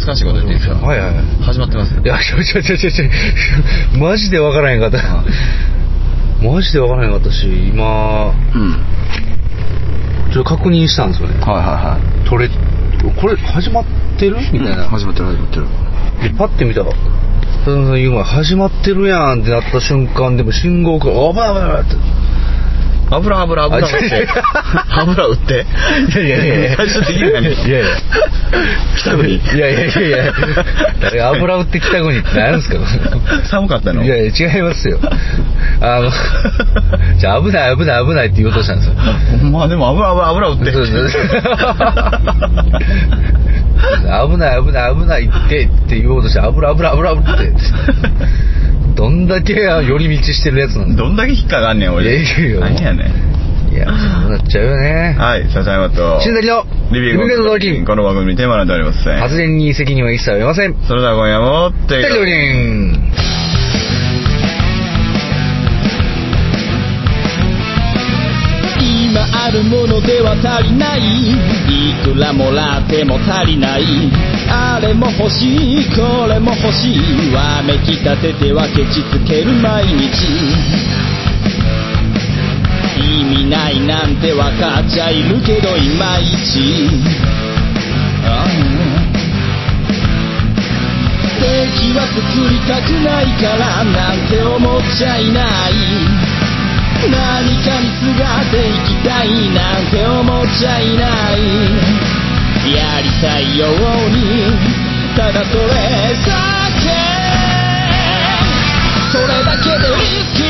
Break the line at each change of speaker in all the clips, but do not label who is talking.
つかしいこと言っていいですか
はいはいはい
始まってますよ
いや、ちょちょちょちょちょ、マジでわからへんかった。マジでわからへんかったし、今、
うん
ちょっと確認したんですよね。
はいはいはい
取れ、これ始まってるみたいな。
うん始まってる始まってる
で、パッて見たら、さだまさん言う前、始まってるやんってなった瞬間、でも信号から、おばあばあばあって。
油油
あ
油打って
違う
油打って
いやいやいや
最終的にはね
いやいや
北国
いやいやいやいや、油売って北国って何ですか
寒かったの
いやいや、違いますよ。あの、じゃあ危ない危ない危ないって言おうとしたんですよ。
まあでも油油油打って
そうそうそう危ない危ない危ないってって言おうとして油油油油ってどんだけ寄り道してるやつなんだ
どんだけ引っかかんねん俺
いやいやいや
何やねん
いやそうなっちゃうよね
はい笹山と
新崎の
リビング
リビングの
キ
キ
ン
ン
この番組テーマなんておりません
発言に責任は一切負えません
それでは今夜もテ
テレビに
今あるものでは足りないいくらもらっても足りないあれも欲しいこれも欲しいわめきたててはケチつける毎日意味ないなんてわかっちゃいるけどいまいちああ敵は作りたくないからなんて思っちゃいない何かにすがっていきたいなんて思っちゃいないやりたいようにただそれだけそれだけでリスキー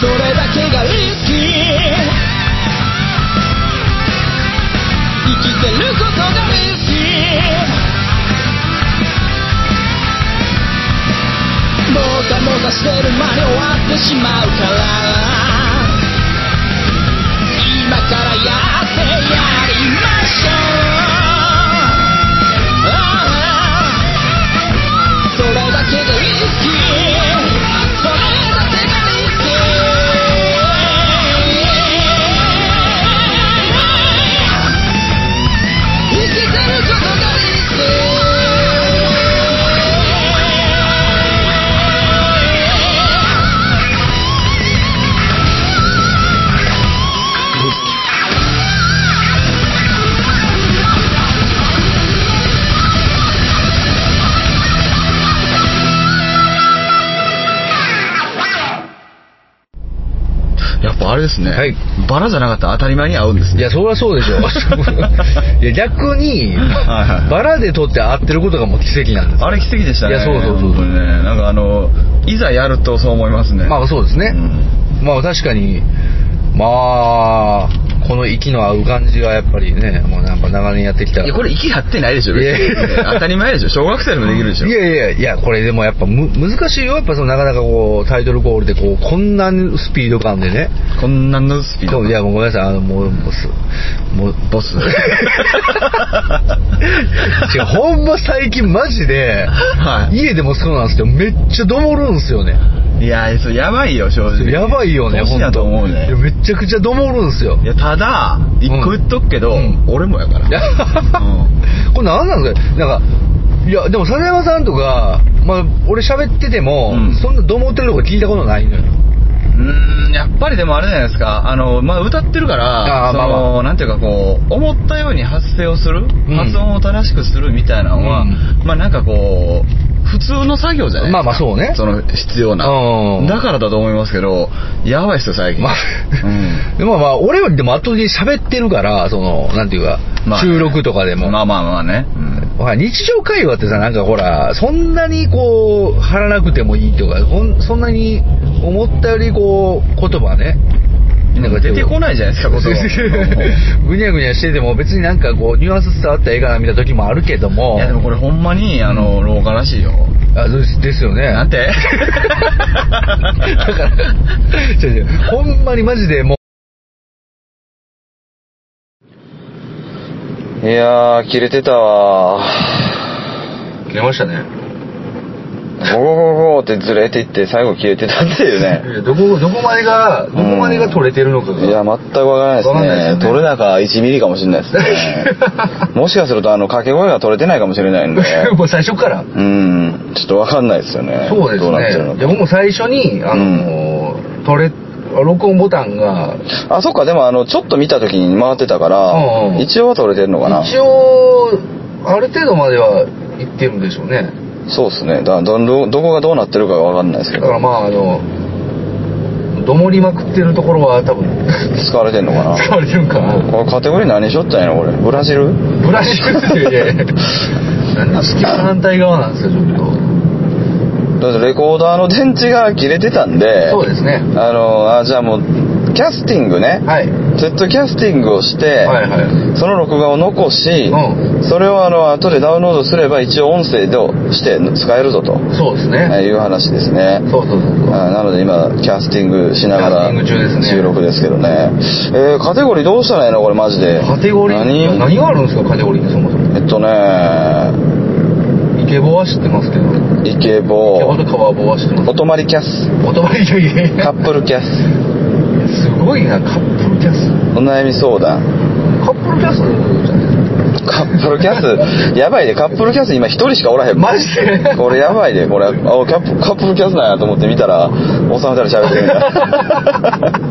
それだけがリスキー生きてることがリスキーもたもたしてる間に終わってしまうから今からやってやりましょうああそれだけでリスキーそれだけがリスキー生きてることがリスキー
やっぱあれですね、
はい
バラじゃなかったら当たり前に合うんです
い
ね
やそりゃそうで しょいや逆に
はいはい
バラで取って合ってることがもう奇跡なんですよ
あれ奇跡でしたね
いやそうそうそう
本当にねなんかあのいざやるとそう思いますね
まあそうですね、
うん
まあ確かにまあこの息の合う感じがやっぱりねもうなんか長年やってきた
いやこれ息張ってないでしょ別に
いや
当たり前でしょ小学生でもできるでしょ
いやいやいやこれでもやっぱむ難しいよやっぱそのなかなかこうタイトルコールでこうこんなスピード感でね
こんなのスピー
こ
ド
ういやもうごめんなさいあのもうもうすもう
ボス
違うほんま最近マジで、
はい
家でもそうなんですけどめっちゃどもるんすよね
いやそれやばいよ正直
やばいよね
年やと思うね
ほんといやめちゃくちゃどもるんすよ
いやただ一個言っとくけど、
うん
俺もやから
いや
うん
これ何なんですかなんかいやでも笹山さんとか、まあ、俺喋ってても、
うん
そんなどもってるとこ聞いたことないのよ
うーんやっぱりでもあれじゃないですかあの、まあ、歌ってるから
あー
そ
ま
の、
あま
なんていうかこう思ったように発声をする、
ん
発音を正しくするみたいなのは、
うん
まあなんかこう普通の作業じゃないですか
まあまあそうね
その必要な、
うん
だからだと思いますけどやばいっすよ最近、
まあ
うん
でもまあ俺よりでも圧倒的に喋ってるからそのなんていうか、
まあ
収録とかでも、
まあまあまあね、うん
ほら日常会話ってさなんかほらそんなにこう張らなくてもいいとかほんそんなに思ったよりこう言葉ね
出てこないじゃないですか言 葉
ぐにゃぐにゃしてても別になんかこうニュアンス伝わったらええかなみたいな時もあるけども
いやでもこれほんまにあの廊下らしいよ
あそうですですよね
な んて
だから違う違うほんまにマジでも
いやー切れてたわ
う出ましたね
ゴゴゴゴってずれていって最後消えてたっていう ね。
いやどこ、どこまでが、どこまでが取れてるのかが。
いや、全くわからないです
わかんない
ね
ですよね
取れ高1ミリかもしれないです ねもしかするとあの掛け声が取れてないかもしれないんで
もう最初から。
うんちょっとわかんないですよね
そうです
どうなってる
ね。
の
で、
か
僕も最初に、あのー、取れ、録音ボタンが、
あそっかでもあのちょっと見た時に回ってたから、
うんうん
一応は取れてるのかな
一応、ある程度までは行ってるんでしょうね。
そうですねだどどどこがどうなってるかがわかんないですけ
だ
ど
からまあ、あの、どもりまくってるところは多分、
使われてん のか
使わ
な
れてるかな。
これカテゴリー何しよったんやろこれブラジル
ブラジルっていうね、何地球の反対側なんですよ、ちょっ
だってレコーダーの電池が切れてたんで
と。そうですね。
あのあじゃあもうキャスティングね
はい。
ずっとキャスティングをし
は
て、
いはい。
その録画を残し、
う
それをあの後でダウンロードすれば一応音声でして使えるぞと
そうですね。
いう話ですね。
そうそうそう。
あなので今キャスティングしなが
キャ
ら
スティング中ですね
収録ですけどね。えーカテゴリーどうしたらいいのこれマジで。
カテゴリー
何？
何があるんですか、カテゴリーってそもそも。
えっとね、
イケボは知ってますけど、イ
イケボ
ケボ、とカワボは知ってます
お。泊まりキャス、
おとばいやいやい
カ
や
ップルキャス、
すごいな、カップルキャス。
お悩み相談。
カップルキャスじゃないです
カップルキャス、やばいで、カップルキャス今一人しかおらへん
か
もん。
マジで
これやばいでこれあキャップカップルキャスなんやと思って見たら収めたら喋ってるみたいな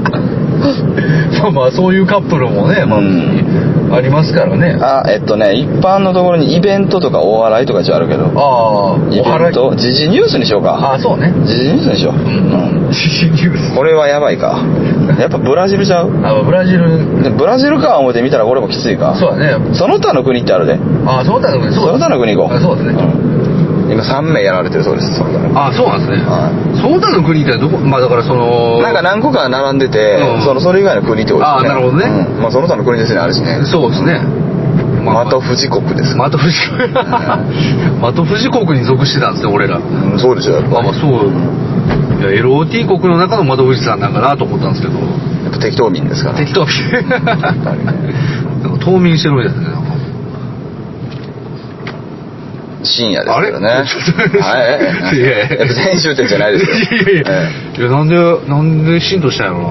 まあまあ、そういうカップルもね、まあ、
うん
ありますからね。
あえっとね一般のところにイベントとかお笑いとか一応あるけど
ああ、お
イベ
払
ン
い。
ト時事ニュースにしようか
ああ、そうね。
時事ニュースにしよう、
うん。時事ニュース。
これはやばいかやっぱブラジルちゃう
あ、ブラジル、
でブラジルか思って見たらこれもきついか
そうだね。
その他の国ってあるで
あ、そうだね。
その他の国行こう
あ、そうですね。
うん今3名やられてるそうですその他の国
あ、そうなんですね。
は
その他の国ってどこ、まあだからその、
なんか何個か並んでて、
うん
そのそれ以外の国ってこと
あー
ですね
なるほどね
うんまあその他の国ですねあるしね
そうですね。
マトフジ コプです。
マトフジ国マトフジ国に属してたんですね俺らま
うんそうでしょ、やっぱ
あまあそういや LOT 国の中のマトフジさんなんかなと思ったんですけど
やっぱ適当民ですから。
適当なんか冬眠してるみたいですねなんか
深夜ですけどね。
あれちょっと
はい。
いやいや
やっぱ編集点じゃないですよ。
いやいや
え
いやなんでなんで浸透したんやろうな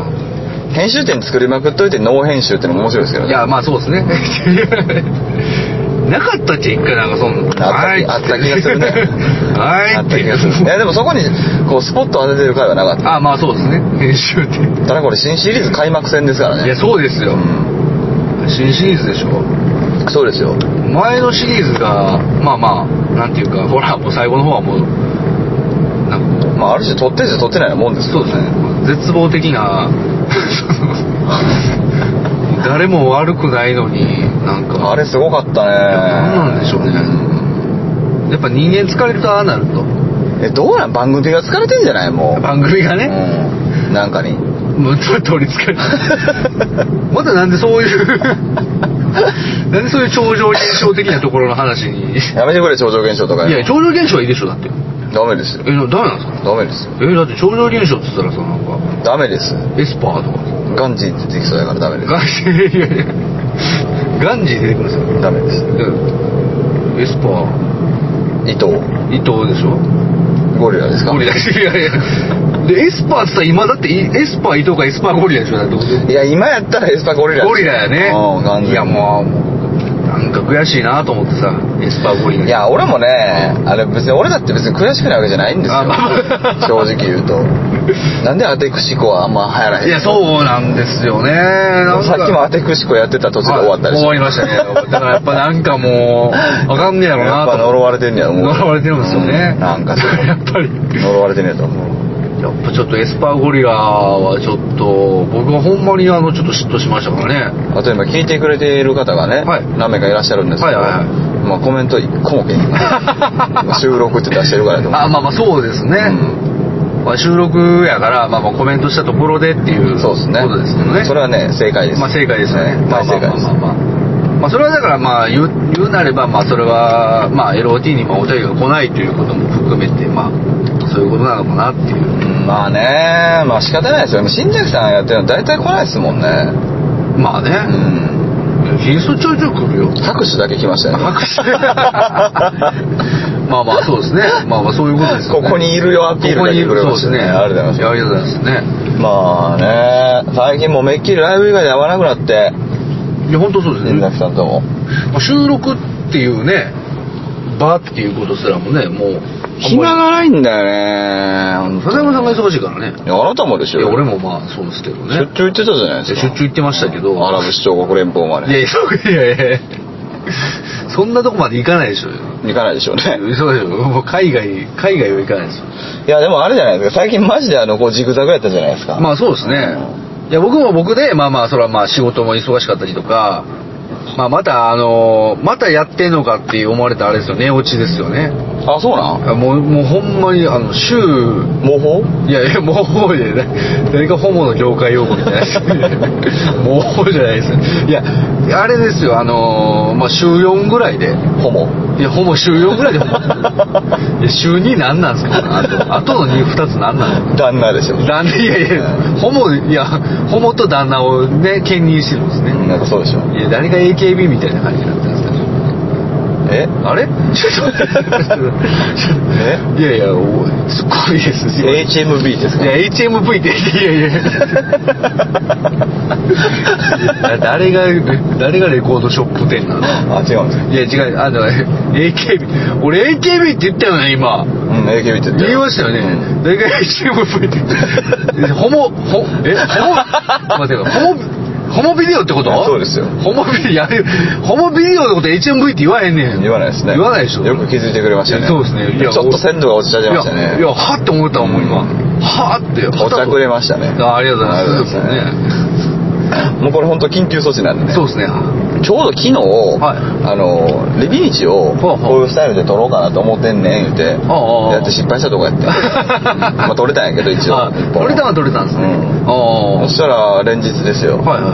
え編集点作りまくっといてノー編集ってのも面白いですけど
い
ね。
やまあそうですねなかったっけ一回なんかそんな
あった気あった気がするね
はい
あった気がするいやでもそこにこうスポット当ててる回はなかった。
あまあそうですね編集点
ただこれ新シリーズ開幕戦ですから
いや
ね。
そうですよ
うん
新シリーズでしょ
そうですよ。
前のシリーズがまあまあなんていうかほらもう最後の方はもうなんか
まあある種撮ってる撮ってないようなもんですよ
そうですね絶望的な 誰も悪くないのになんか
あれすごかったね。
何なんでしょうねやっぱ人間疲れるとああなると
え、どうなん番組が疲れてんじゃないもう。
番組が
う
ね
ん。なんかに。
もうと取りつかれまたなんでそういう なんでそういう超常現象的なところの話 にい
やめてくれ、超常現象とか。
や超常現象はいいでしょだって
ダメですよ
え。なダメなんですか
ダメですよ。
えだって超常現象っつったらさなんか
ダメです。
エスパーとか
ガンジー出てきそうやからダメです。
ガンジーいやいやガンジー出てくるんですよ
ダメです。
うんエスパー
伊藤、
伊藤でしょ
ゴリラですか
ゴリラいやいやでエスパーっつったら今だっていエスパー伊藤かエスパーゴリラでしょだって
いや、今やったらエスパーゴリラです
ゴリラやね
うん、完全に
いやもうなんか悔しいなと思ってさエスパーゴリラ
いや、俺もね、あれ別に、俺だって別に悔しくないわけじゃないんですよ
あまあ。
正直言うと。なんでアテクシコはあんま流行らへん
いやそうなんですよねなん
さ
か
っきもアテクシコやってた途中で終わったり
終わりましたねだからやっぱなんかもうわかんねえやろ
や
な
っ
と
ぱ呪われてんねやろ、もう
呪われてるんですよね
うなんか
だ
そ
からやっぱり
う呪われてんねやと思う。
やっぱちょっとエスパーゴリラはちょっと僕はほんまにあのちょっと嫉妬しましたからね
あと今聞いてくれている方がね、
はい
何名かいらっしゃるんですけど、
はいはいはい
まあコメント一個もけん 収録って出してるからやと思う。
あまあまあそうですね、
うん
まあ、収録やから、まあ、まあコメントしたところでっていう
そうですね。
ことですけどね
それはね、正解です。
まあ正解ですよね、
まあ正解です。
まあまあそれはだからまあ言う言うなればまあそれはまあ LOT にまあお便りが来ないということも含めてまあそういうことなのかなっていう
まあね、まあ仕方ないですよ。でも新崎さんやってるの大体来ないですもんね。
まあね、
うん。
ヒースちょいちょい来るよ
拍手だけ来ましたよね。
拍手ま まあまあ、そうですね。まあまあ、そういうことですよね。
ここにいるよアピール
ここ
だ
にい
け
る
くれ
そう
ま
で
し
す
た
ね。
ねありがとうございます
やありがとうございますね。
まあね最近もうめっきりライブ以外で会わなくなって
いや、本当そうですね
連。絡さんとも
まあ収録っていうね、場っていうことすらもね、もう、
暇
が。
がないんだよね
笹山さんが忙しいからね。
いやあなたもでし
い
ょ
や、俺もまあ、そうですけどね。
出張行ってたじゃないです
出
か
張行ってましたけど。
アラブ首長国連邦ま
いや
で
いや、そういやいやいやそんなとこまで行かないでしょうよ。
行かないでしょうね
そうでしょ。もう海外、海外は行かないですよ。
いやでもあれじゃないですか最近マジであのこうジグザグやったじゃないですか
まあそうですね。いや、僕も僕で、まあまあ、それはまあ仕事も忙しかったりとか、まあまた、あのーまたやってんのかって思われたあれですよ、寝落ちですよね。
あそうなん
あもう、もうほんまに、あの、週、
模倣
いやいや、もうほぼで、ね、何かホモの業界用語みたいな。 もうほぼじゃないですよ。いや、あれですよ、あのーまあ週4ぐらいで、
ホモ
いや、ほぼ週4ぐらいでほぼ。いや、週2なんなんすかあと、あとの 2, つなんなん
旦那でしょ
旦那、いやいや、ほぼ、いや、ほぼと旦那をね、兼任してるんですね。
なんかそうでしょ
いや、誰が AKB みたいな感じになってるんですかね
え
あれちょっと待
え
って、いやいや、おいすっごいですよ。
HMB ですか
いや HMV っていやいやいや誰が誰がレコードショップ店なの
あ違うんですか
いや違うあの AKB 俺 AKB って言ったよね今
うん AKB って言って
言いましたよね誰が HMV って言ったホモホえホモ 待ってよホモホモビデオってこと
そうですよ
ホモビデオやめるホモビデオのこと HMV って言わへんねん
言わないですね
言わないでしょ
よく気づいてくれました
い
ね
やそうですねい
ちょ
や
っと鮮度が落ちちゃいました
いや
ね
いやはって思ったもん今はって
お茶くれましたね
あありがとうございます。
ありがとうございますもうこれ本当緊急措置なんでね
そうですね。
ちょうど昨日、
はい
あのレビーチを
ほうほう
こういうスタイルで撮ろうかなと思ってんねん言って
ああああ
やって失敗したとこ やってまあ撮れたんやけど一応
あ取れたのは取れたんですね。
うん
あ
そしたら連日ですよ、
あ。はいは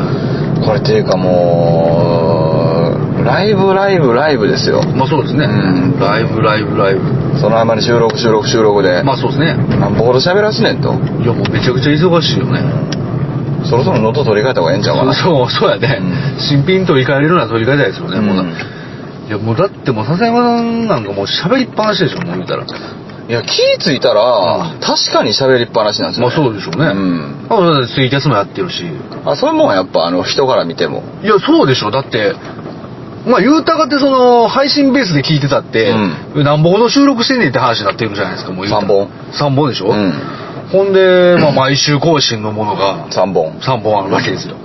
これっていうかもうライブライブライブですよ
い。まあそうですね。
うん
ライブライブライブ。
その合間に収録収録収録で、
まあそうですね。
なんぼほど喋らすねんと
いやもうめちゃくちゃ忙しいよね。
そろそろ喉取り替えた方がええんちゃうかな
そうそうやね
う。
新品取り替えれるのは取り替えたいですよね。もうな
うん
いやもうだってもう笹山さんなんかもう喋りっぱなしでしょもう見たら。
いや気ぃついた
う
ら、
ん
確かに喋りっぱなしなんですよ、
まあそうでしょうね。
うん
あだってツイキャスもやってるし。い
あそういうもんはやっぱあの人から見ても
やそうでしょだって。まあ言うたかってその配信ベースで聞いてたって、何本ほど収録してんねんって話になってるじゃないですかもう言うたら
三本
三本でしょ、
うん
ほんで、まあ、毎週更新のものが
3本
3本あるわけですよ。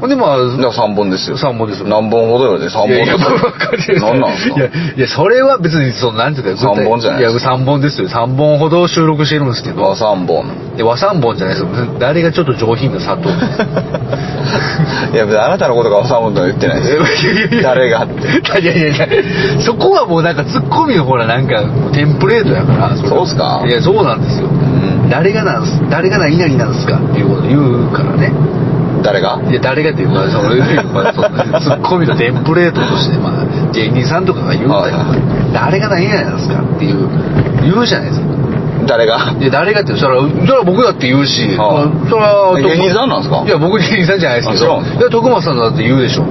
ほんで、まあ、
だから3本ですよ
3本ですよ。
何本ほどよね3本
いやいや、わかります
何なんすか
いや、いや、それは別に、その、なんていうか、具体
三本じゃないです
いや、3本ですよ。3本ほど収録してるんですけ
ま
ど
あ、3本
いや和3本じゃないですよ。誰がちょっと上品な砂糖。
いや別にあなたのことが3本とは言ってないですよ誰がって
て。いやいやいや、そこはもうなんかツッコミのほら、なんか、もうテンプレートやから。れは
そうっすか
いや、そうなんですよ。
ん
誰がなんす、誰が何々なんすかっていうこと言うからね。
誰が
いや誰がっていうかその まあそのツッコミのテンプレートとして、まあ、芸人さんとかが言うたら
はい
誰が何やなんですかっていう言うじゃないですか
誰が
いや誰がってそれはそれは僕だって言うし、
はい
まあそれは
芸人さんなんですか
いや僕芸人さんじゃないですけど
あそう
いや徳松さんだって言うでしょ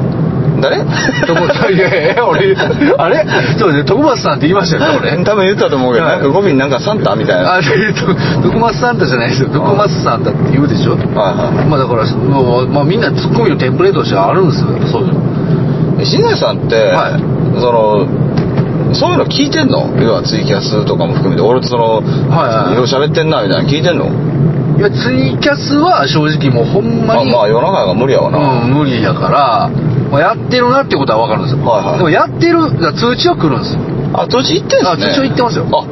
誰
徳松 いやいやいや俺あれそうね徳松さんって言いましたよね俺
多分言ったと思うけど
はい
なんか語尾になんかサンタみたいな
あえっと徳松さんだじゃないですよ徳松さんだって言うでしょ
はいは
まあだから、もうまあ、みんなツッコミのテンプレートとしてはあるんですよそういうの
い新内さんって、
はい
そのそういうの聞いてんの要はツイキャスとかも含めて俺とその、
はいはい
よう喋ってんなみたいなの聞いてんの
いや、ツイキャスは正直もうほんま
まあ
に、
まあ世の中が無理やわな、
うん、無理やから、まあ、やってるなってことはわかるんですよ。
はいはい
でもやってる、だから通知は来るんですよ。
あ通知行ってんすね
あ通知行ってますよ
あ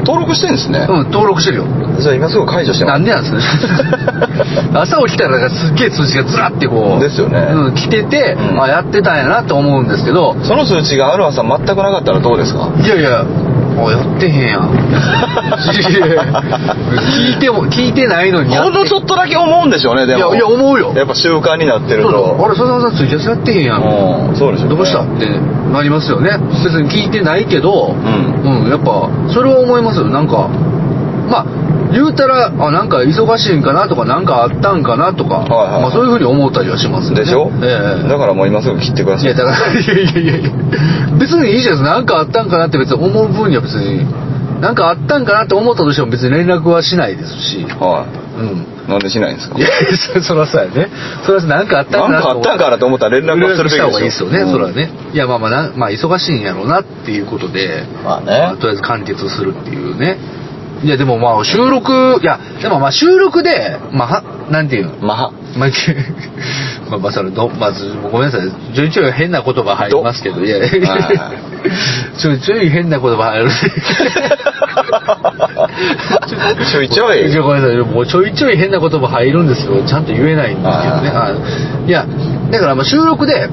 登録してんですね、
うん、登録してるよ。
じゃあ今すぐ解除して
な
ます
んでなんです ね。朝起きたらなんかすっげえ通知がずらってこう。
ですよね
うん、来てて、
うん
あ、やってたんやなと思うんですけど、
その数値がある朝全くなかったらどうですか
いやいや、あ、やってへんや ん。いやいや聞いても、聞いてないのにや
ほ
っ
ん
て
のちょっとだけ思うんでしょうねでも
いやいや思うよ
やっぱ習慣になってる
そう
と
だあれ、笹山さんツイキャスやってへんやん。
うんそうでしょね
どうしたってなりますよね別に聞いてないけど
う、ん
うんやっぱそれは思いますよなんかまあ言うたらあなんか忙しいんかなとかなんかあったんかなとか、
はいはい
まあ、そういうふうに思ったりはしますよね
でしょ、
ええ
だからもう今すぐ切ってくだ
い
さい
やだからいやいやいや別別にいいじゃないですか。なんかあったんかなって別に思う分には別に、なんかあったんかなって思ったとしても別に連絡はしないですし。
は
うん。
い。なんでしないんですか
いや、そ そらそうやね。そらそうなんかあったんか
なん
な
かあったんかなと思ったら連絡はするべきでしょ
た方がいいですよね、
うん
そらね。いや、まあまあな、まあ忙しいんやろうなっていうことで、
まあ
まあとりあえず完結するっていうね。いや、でもまあ収録、いや、でもまあ収録で、まあ、はなんていうの、
ま
まあ、けまあ、まあ、それど、まあ、ずごめんなさい。ちょいちょい変な言葉入りますけど、いや、いや
はいは
ちょいちょい変な言葉入る。
ちょいちょい
ごめんなさい。もうちょいちょい変な言葉入るんですけど、ちゃんと言えないんですけどね。
は
はいいや、だからまあ収録で、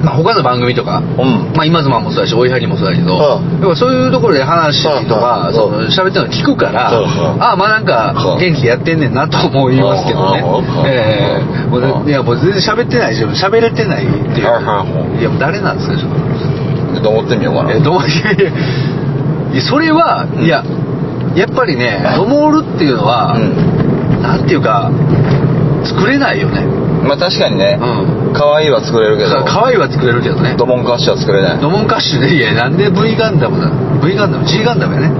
まあ、他の番組とか、
うん
まあ、今妻もそうだし、おいはりもそうだけど、
は
やっぱそういうところで話と
は
か
い、
その喋ってるの聞くから、
はいはい
ああ、まあなん
は
か
い
元気でやってんねんなと思いますけどね
はいはい。
ええもう
は
ね
い
いや、もう全然喋ってないし、喋れてないっていう。い
はいはい
や、もう誰なんですか、ちょっと。
あ。ちょっと思ってみようかな。
えどう いやいやいやそれは、
うん
いややっぱりねドモールっていうのは、
う
なんていうか作れないよねうん
ん。まあ確かにね、可愛いは作れるけ
か
ど、
可愛いは作れるけどね
ドモンカッシュは作れない。
ドモンカッシュでいやなんで V ガンダムだ V ガンダム G ガンダムやね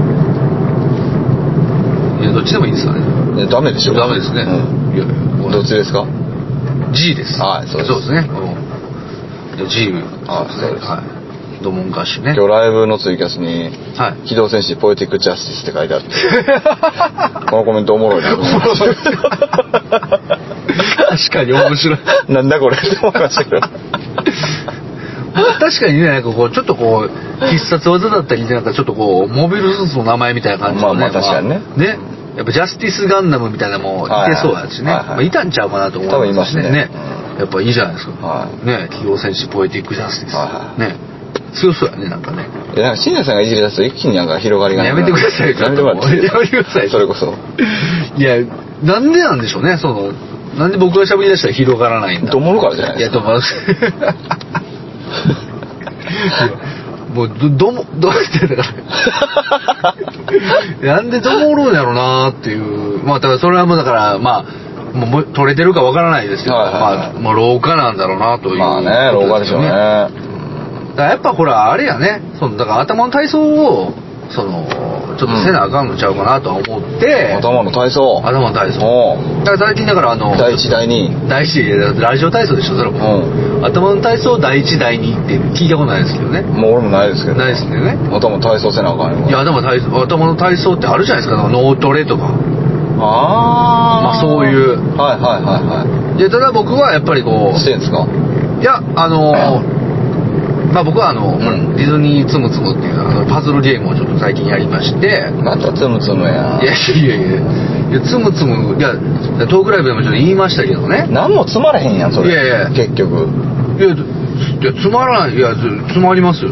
いやどっちでもいいんですよね
えダメでしょ
ダメですね、
うん
いやいやもう
どっちですか
G です
はいそうです
ね、うんいや G
はいそうです
はいドモンカッシュね
今日ライブのツイキャスに、
はい
機動戦士ポエティックジャスティスって書いてあって。このコメントおもろいな。
確かに面白い
なんだこれって思いましたけど。
確かにね、なんかこう、ちょっとこう、必殺技だったり、なんかちょっとこう、モビルスーツの名前みたいな感じのね。
まあまあ確かにね
まあね。やっぱジャスティスガンダムみたいなのもい
はい
てそうやしね。
はいはい
まあいたんちゃうかなと思うんで
多分いますね
やっぱいいじゃないですか。
はい
ね、企業戦士ポエティックジャスティス。
はいはい
ね。強そうやね、なんかね。
いやなんか椎名さんがいじり出すと一気になんか広がりがな
や
く
め
な
て
る
くださいよ
やめてもらっていいですか
やめてください
それこそ
いや、なんでなんでしょうね、その、なんで僕が喋り出したら広がらないんだ
どもるからじゃない
い
で
や、
す
ど
か
も、もう、ど、ども、どうやってだ から。なんでどもろうやろうなっていう。まあ、だからそれはもうだから、まあ、もうもう、取れてるかわからないですけど、
はいはいはい
まあ、もう老化なんだろうなという、
まあね老化でしょうね。
だからやっぱこれはあれやね、その、だから頭の体操を、その、ちょっとせなあかんのちゃうかなとは思って、
頭の体操
頭の体操。
おう
だから最近だからあの、
第一第二
第一ラジオ体操でしょそれも、頭の体操第一第二って聞いたことないですけどね
もう俺もないですけど
ないですけどね
頭の体操せなあかんよ
いや頭体操頭の体操ってあるじゃないですか脳トレとか
ああ
まあそういう
はいはいはい
やただ僕はやっぱりこ
いしてんですか
ういやあのまあ僕はあの、
うん
ディズニーつむつむっていうあのパズルゲームをちょっと最近やりまして
またつむつむや
いやいやいやいやつむつむいやトークライブでもちょっと言いましたけどね
何もつまれへんやんそれ
いやいや
結局
いや、ついやつまらない、いや、つつまりますよ。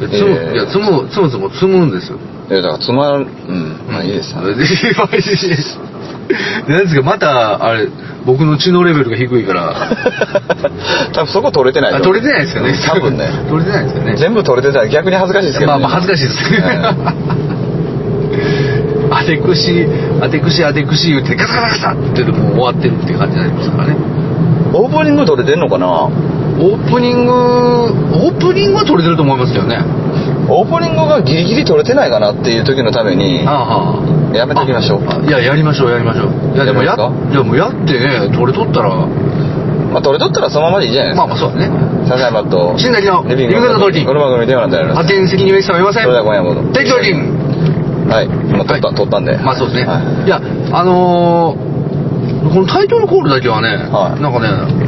それいや、
えー
つむ、いや、つむ、つむつむ積むんですよ。
いやだからつまるうんまあいいで す
よ。いやいやいやなんですか、また、あれ、僕の知能レベルが低い から、
多分そこ取れてない
あ取れてないですよね。
多分ね
取れてないですよね。
全部取れてたら逆に恥ずかしいですけど
まあ
ね
まあ恥ずかしいです。 あてくし、あてくし、あてくし言うて、ガサガサガサって言ってもう終わってるっていう感じになりますからね。
オープニング撮れてんのかな
オープニング、オープニングは取れてると思いますよね。
オープニングがギリギリ撮れてないかなっていう時のために
ああ
やめときましょう
あいややりましょうやりましょういやでもや
や
っ
ります
いやもうやってね取れとったらま
まあ撮れとったらそのままでいいじゃないです
あ
か
まあそうだね
サザエマと
新崎の
リビン
リ
グ
ビングのトーキン
この番組ではなんだよ
派遣責任は一切ありません
それでは今夜も
適当に
はいまあ撮った
はい
撮ったんで
まあそうですね、
はい
い、やあのーこのタイトルコールだけはね、
はい
なんか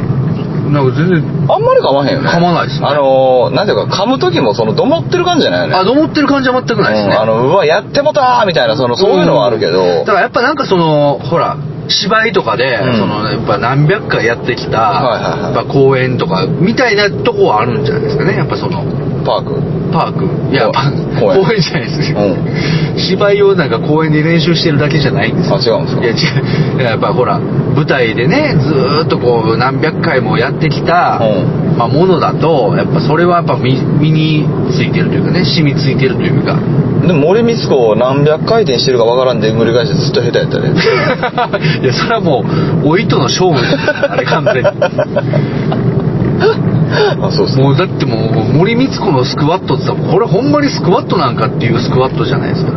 ねなんか全然
あんまり噛まへんよね
噛まないですね
あのーなんていうか噛む時もそのどもってる感じじゃないよね
あ思ってる感じは全くないですね、
うんあのうわやってもたーみたいなそのそういうのはあるけ
うんだ
ど
からやっぱなんかそのほら芝居とかで、
うん
そのやっぱ何百回やってきた、
はいはいはい
やっぱ公演とかみたいなとこはあるんじゃないですかねやっぱその
パーク
パークいや
こ
パーク
公園
公園じゃないです、
う
芝居をなんか公園で練習してるだけじゃないんですよ
あ違うんですか
いや違ういややっぱほら舞台でねずーっとこう何百回もやってきた、
う
まあ、ものだとやっぱそれはやっぱ身身についてるというかね染みついてるという か
でも森光子を何百回転してるかわからんで繰り返してずっと下手やった ね
いやそれはもうお糸の勝負ですあれ完全に
あ、そうっすね。
もうだってもう森光子のスクワットって言ったらこれほんまにスクワットなんかっていうスクワットじゃないですか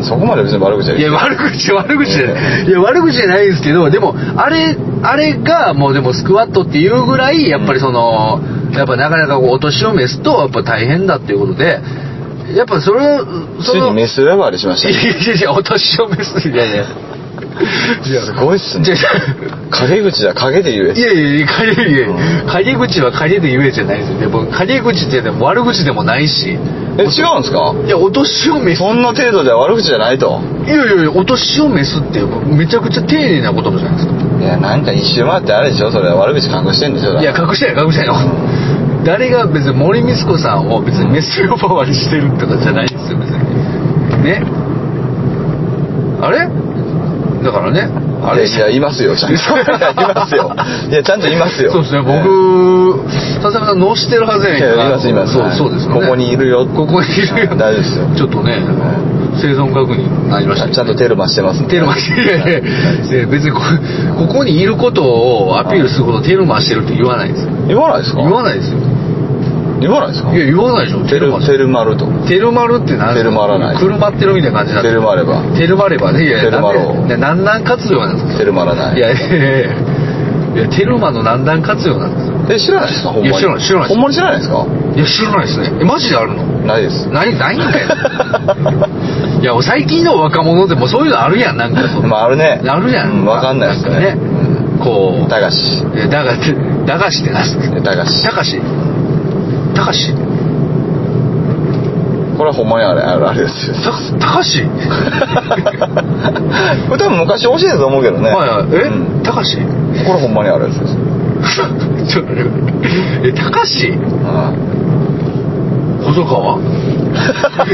そこまで別に悪口じゃ
いや悪口悪口じゃないいや悪口じゃないですけどでもあれあれがもうでもスクワットっていうぐらいやっぱりそのやっぱなかなかこうお年を召すとやっぱ大変だっていうことでやっぱそれをそ
ついに
の
メス呼ばわりしまし
い
た
や
ね。
いやいやお年を召すいやいやいや
すごいっ す
じゃ
ね。陰口じゃ陰で言え
い。やいやいや、陰口陰口は陰で言えじゃないですよ。でも陰口ってでも悪口でもないし。
え、違うんすか
いや、お年を召す。
そんな程度では悪口じゃないと。
いやいやいや、お年を召すっていう、めちゃくちゃ丁寧な言葉じゃないですか。
いや、なんか一周回ってあれでしょそれ悪口隠してんでしょ
いや、隠してない、隠してないの。誰が別に森光子さんを別にメス呼ばわりしてるとかじゃないですよ、別に。ね。あれだからね。あ
あ
れ
れいや、いますよ、ちゃんと。いやいますよ。 いや、ちゃんといますよ。
そうですね、僕、笹山さん、脳してるはずや
え
ね
え。
ん
い
から
やいます、います。
そう
はい
そうですよね
ここにいるよ。
ここにいるよ
大丈夫ですよ。
ちょっとね、生存確認になりましたけど
ちゃんとテルマしてますんで
テルマしてる、いやいやいや別にこここにいることをアピールするほどテルマしてるって言わないですよ
言わないですか
言わないですよい
言わないですか
や言わないでしょ
テ
テル
ル
マ
テルマルと。
テルマルって何ですか
テルマらない
くるまってるみたいな感じになって
テルマれば。
テルマればねいやいや
テルマロー
なんで南南活用なんですか
テルマらない。
いやいやいやいやいやテルマの南南活用なんですよ
え、知らないですかほんまに。
いや知らない知らないです
ほんまに知らないですか
いや知らないですねえマジであるの
ないです。
ないないんか よいや最近の若者でもそういうのあるやんなんかその
まあ、あるね。
あるじゃん
うわかんないですね。
なんかこう
うんたがし。
えだが、だがしってなんすか
たがし。
たかし。たかし。
これはほんまにあれ、あれあれ ですよ。
た、たか し。
これ多分昔教えてたと思うけどね。
はいはい、え、
うん
たかし。
これほんまにあれですよ。
ちょっと待ってえ、たかし。
うん
細川。ち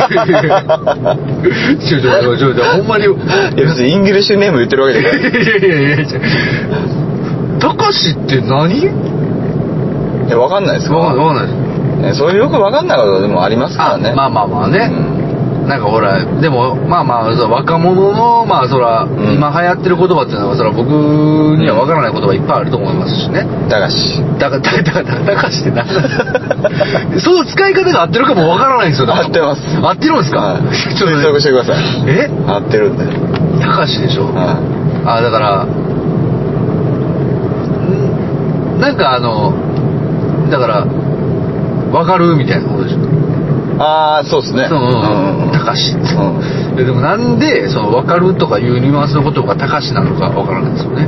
ょちょちょちょ、ほんまに。い
いや、別にインギリッシュネーム言ってるわけじゃ
や
ない
い。 やいやいや。たかしって何。
いや、わかんないです
わかんない、
か
わかんないです。
ねそういうよくわかんないことでもありますか
あ、
らね。
まあまあまあね。
うん
なんかほらでもまあまあそう若者のまあそら、
ん
今流行ってる言葉っていうのはそら僕にはわからない言葉いっぱいあると思いますしね
たがし。
だからだからだからだからしてなその使い方が合ってるかもわからないんですよだから
合ってます
合ってるんですか、
はい
ちょ
推
っ
測
と
してください。
え
合ってるんで。
たかしでしょ
は
あだからんなんかあのだからわかるみたいなことでしょ
いああ、そうですね。
そう
うん
たかしって
うん
ででもなんでその分かるとかいうニュアンスのことが高しなのかわからないですよね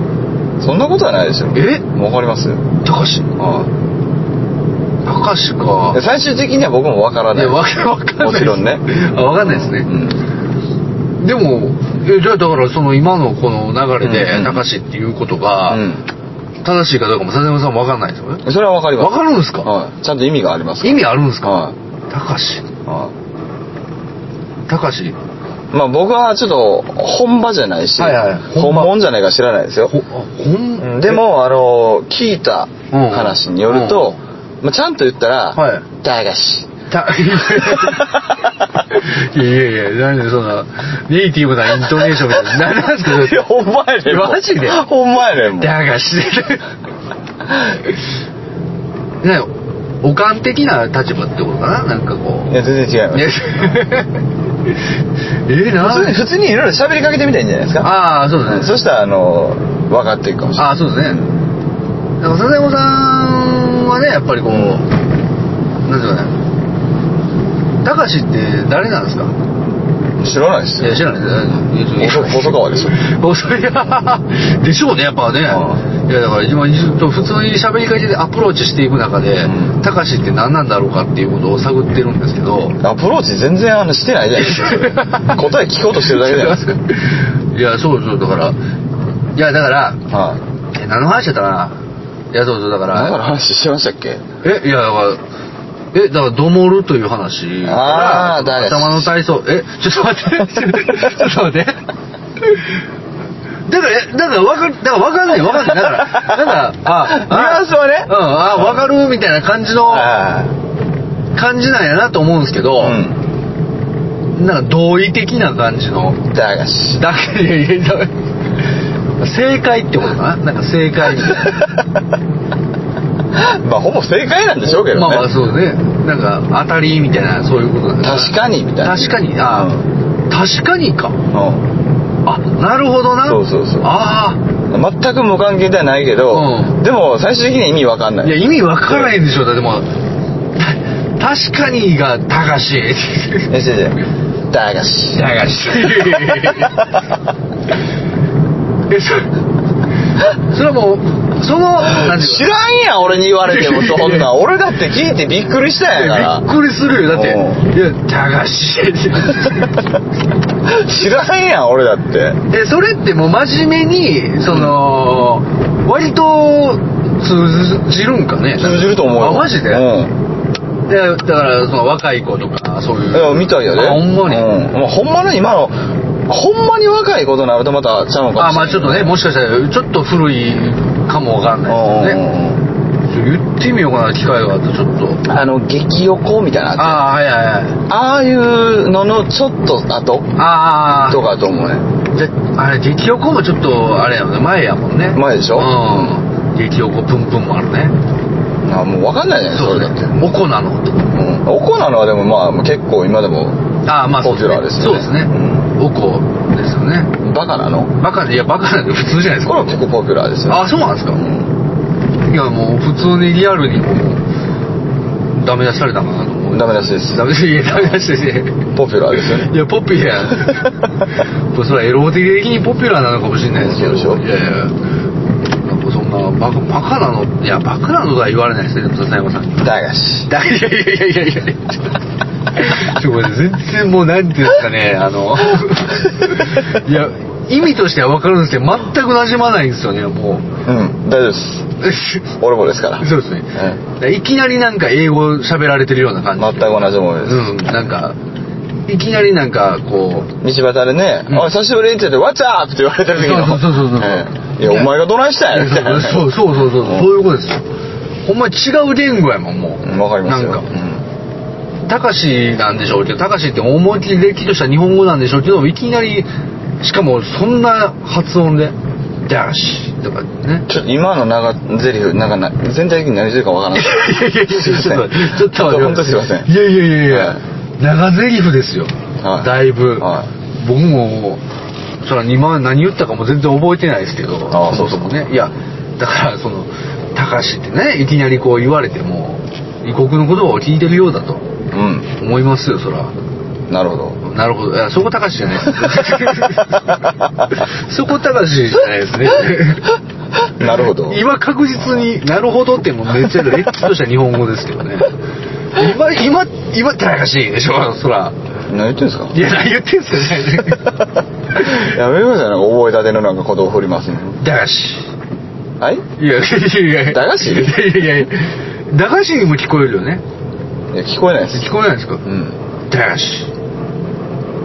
そんなことはないでしょ。
え
わかります
高し
うん
高しか
で最終的には僕もわから
い
ない。
やわかわかんない
もちろんね。
分かんないです
う
ね、
ん
でもえじゃあだからその今のこの流れ
うんう
で
ん
高しっていうことが
うん
正しいかどうかも笹山さんも分かんないですよね
それはわかります。
わかるんですか
はい。ちゃんと意味があります
意味あるんですか
は
高し
い。はい
高し
まあ僕はちょっと本場じゃないし、
はいはい
本物じゃないか知らないですよ
ほ。あほ
うんんでも、あの、聞いた話によると、まあ、ちゃんと言ったら、
はい
だがし。
たいやいやいやなんでそんなネイティブなイントネーションみたいにななんですかそれ
いや、ほんまやねん。
マジで
ほんまやねんもん。
だがしてるねおかん的な立場ってことかななんかこ
いや、全然違いうます。
ね え
普通に
な
普通にいろいろ喋りかけてみたらいいんじゃないですか。
ああそうだね
そしたら、あの、分かっていくかもしれない。
ああそうだねなんか笹山さんはねやっぱりこうなんていうかねたかしって誰なんですか
知らないです
い
よ
や。知らないです
細細川ですよ。
遅いなでしょうねやっぱね
う
いやだから今普通に喋りかけでアプローチしていく中で
うん
たかしって何なんだろうかっていうことを探ってるんですけど
アプローチ全然あのしてないじゃないですかそれ。 答え聞こうとしてるだけじゃないですか。
いやそうそうだからいやだから
はい。
え何の話だったかないやそうそうだか
何からの話しましたっけ
えいやだからえだからどもるという話から
あーだから
頭の体操えちょっと待って ちょっと待ってだからえだからわかだからわかんないわかんないだからだからあ
ニュアンスはね
うんあわかるみたいな感じの
あ
感じなんやなと思うんですけど、
あ。うん。
なんか同意的な感じの
だが し。
だけいやいやだ 正解ってことかななんか正解みたいな
まあほぼ正解なんでしょうけどね、
まあまあそうねなんか当たりみたいなそういうことだ
確かにみたいな
確かにあ、確かにか
うん
あなるほどな
そうそうそう
あ
全く無関係ではないけど、
う
でも最終的には意味わかん
あ
ないい
や意味わからないでしょだってもうた 確かにが高し
え違う違うだがし
高し えそそれはもうその何て
知
いうから
んやん俺に言われ てもそんなん俺だって聞いてびっくりしたんやから
びっくりするよだって
う
いや高し
知らんやん俺だって
えそれってもう真面目にその、割と通じるんかね
通じると思うよ
あマジで、
うん
でだからその若い子とかそういう
いやみたいやで
あほんまに、
うんまあ、ほんまの今のほんまに若いことになるとまたちゃうのか
あまあちょっとねもしかしたらちょっと古いかもわかんないですけどね
ね
ちょ言ってみようかな機会があったらちょっと
あの激横みたいなや
ああはいはいはい
つああいうののちょっと後
ああ
とかと思うね
じゃあれ激横もちょっとあれやもんね前やもんね
前でしょ
うん激横プンプンもあるね
あもう分かんないじゃないそれだって
おこなのと
うんおこなのはでもまあ結構今でも
ああまあそうです
ポピュラー
ね
です
そ
よね
うですねおこですよね
バカなの
バカでいやバカなんで普通じゃないです
これは
か
結構ポピュラーですよ
ああそうなんですか
うん
いやもう普通にリアルにもうダメ出しされたかなと思う
ダメ出しです
ダメ出しいやダメ出しですね
ポピュラーですよ ね
いやポピュラー これそれはエロ的にポピュラーなのかもしれないですけど
そうでし
いや
ょ
いやなんかそんなバカバカなのいやバカなのとは言 われないですねでも笹山さんに
だがし
いやいやいやいやいやい や。ちょっとごめんなさい全然もうなんていうんですかね、あ の、いや、意味としてはわかるんですけど、全く馴染まないんですよね、もう。
うん大丈夫です俺もですから
そうですね。
う
いきなりなんか英語喋られてるような感
ん
じ。
全く同じ思いです、
うん、なんか、いきなりなんかこ う、
道端でね「
うん
おい久しぶり」って言って「What's up?」って言われてる時の
そうそうそうそうそう
ええいやお前がどないしたんや」みたいなね
そうそうそうそう、そういうことですよ。ほんまに違う言語やもん、もう。
うんわかりますよ
なん
う
か、
ん
たかしなんでしょうけど、たかしって思いっきりれっきとした日本語なんでしょうけど、いきなり、しかもそんな発音で、ダーシとかね。
ちょっと今の長ゼリフなんかな全体的に何してるかわから ない
いやいやいや、ちょっと、ちょっと待って
本当すいません
いやいやいやい
は
や
い、
長ゼリフですよ。
はい
だいぶ。
は
僕も、そら今何言ったかも全然覚えてないですけど、
ああそう
もね。いや、だからその、たかしってね、いきなりこう言われても、異国の言葉を聞いてるようだと
うん
思いますよ、そら。
なるほど
なるほど。いや、そこ高しじゃないです。そこ高しじゃないですね。
なるほど
今確実になるほどってもうめっちゃれっきとした日本語ですけどね。今、今、今高しでしょ、そら。
何言ってんすか
いや、何言ってんすか、
やめようじゃない覚えたてのなんかことを振りますね
高し。
はいい
いや、いやいや。
駄菓子
いやいやいや。駄菓子にも聞こえるよね。
や聞こえないです
聞こえないですか
うん
駄菓子。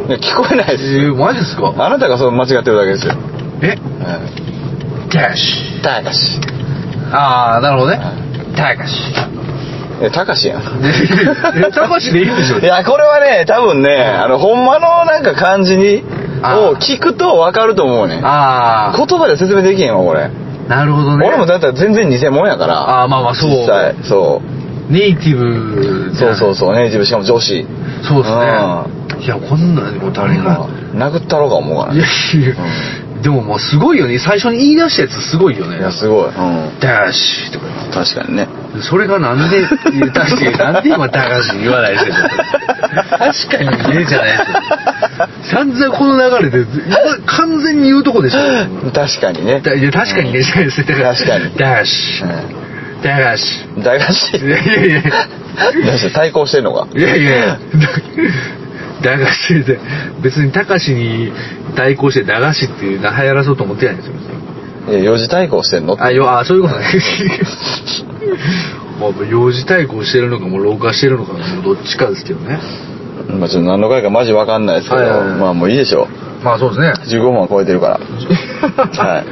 いや聞こえない
え
です
ー、マジですか
あなたがそう間違ってるだけですよ
え
うん
駄菓子。
たかし
ああ、なるほどね。駄菓子。
いやたかしやん
えたかしでいいでしょ
いや、これはね、多分ね、あの、ほんまのなんか感じに、
あー
を聞くとわかると思うね。言
あ
葉で説明できへんわ、これ。
あなるほどね
俺もだったら全然偽物やから。
あーまあまあそう
実際、そ
ネイティブ
う。そうそう
そ
そう、ネイティブしかも女子。
うそうですねいやこんなんでも誰が
殴ったろうか思うから
いや
ね。
いやでももうすごいよね最初に言い出したやつすごいよね
いや、すごい。うん。
ダーシーとか
確かにね。
それがなんで言うたし なんで今ダーシー言わないでしょ確かにねじゃないですよ散々この流れで今完全に言うとこでしょ
確かにね。
だいや確かにねじゃないですよだから
確かに
ダーシー
う
ダーシー
ん。大合し。
いやいやいや
大合し対抗してんのか。
いやいや駄菓子で別に高しに対抗して駄菓子っていう流行らそうと思ってないんですよ
いや、四字対抗してんの
あよあそういうことね もう幼児対抗してるのかもう老化してるのかもうどっちかですけどね
まあちょっと何の回かマジわかんないですけど、
はいはいはい
まあもういいでしょう。
まあそうですね
15分は超えてるから。はい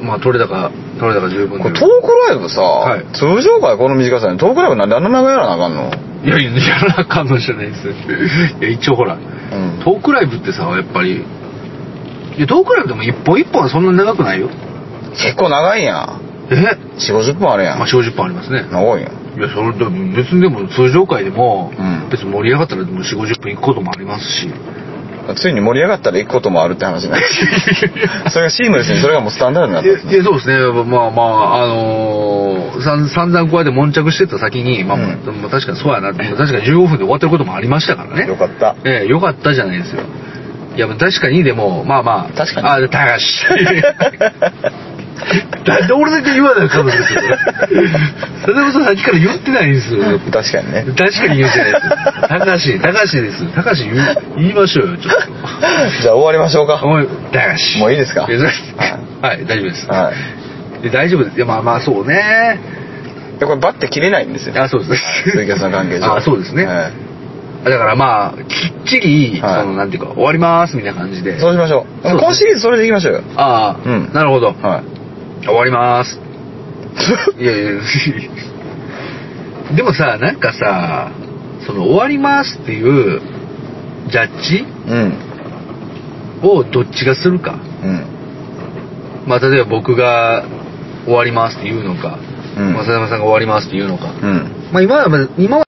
まあ、まあ、取れ高取れ高十分
こ
で
れトークライブさ、
はい
通常回この短さにトークライブなんであんな長いやらなあかんの
いやいややらなあかんのじゃないですいや一応ほら、
ん
トークライブってさやっぱりいやトークライブでも一本一本はそんな長くないよ
結構長いやん。
ええ
4 5 0分あるやん
まあ、40分ありますね。
多いよ
いや、それでも別にでも通常会でも
うん、
別に盛り上がったらもう4、50分行くこともありますし。
ついに盛り上がったら行くこともあるって話になって それがシームレスにそれがもうスタンダードになっ
い
てる
や、いやそうですね。まあまあ、あのー、さん散々こうやって悶着してた先に、まあ、
うん
でも確かにそうやな、確かに15分で終わってることもありましたからね。
よかった
ええ、よかったじゃないですよ。いや、確かに、でも、まあまあ。
確かに
あ、高橋。 なんで俺だけ言わないかもしれ ない。それでもさ、さっきから言ってないんですよ。
確かにね
確かに言うじゃないですか。高橋、高橋です。高橋言う言いましょうよ、ちょっと。
じゃあ終わりましょうか
おい、高橋。
もういいですか
やそれはい、大丈夫です。
はい
で大丈夫です。いや、まあまあ、そうね。
でこれバッて切れないんですよ
あ、そうです。
ツイキャスの関係上
あ、そうですね。
はい
だからまあ、きっちり、
はい
その、なんていうか、終わります、みたいな感じで。
そうしましょう
そうですね
今シリーズそれでいきましょうよ
ああ、
うん
なるほど。
はい
終わります。いやいや、でもさ、なんかさ、その、終わりますっていう、ジャッジ
うん
をどっちがするか。
うん
まあ、例えば僕が終わりますって言うのか、
うん
まあ、佐山さんが終わりますって言うのか。
うん
まあ、今は、今は